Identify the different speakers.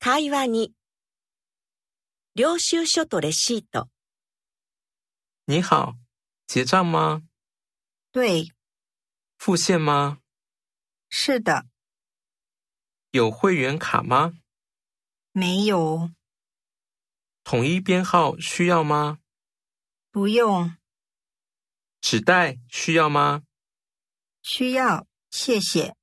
Speaker 1: 会話に領収書とレシート。
Speaker 2: 你好，结账吗？
Speaker 3: 对，
Speaker 2: 付现吗？
Speaker 3: 是的，
Speaker 2: 有会员卡吗？
Speaker 3: 没有，
Speaker 2: 统一编号需要吗？
Speaker 3: 不用，
Speaker 2: 纸袋需要吗？
Speaker 3: 需要，谢谢。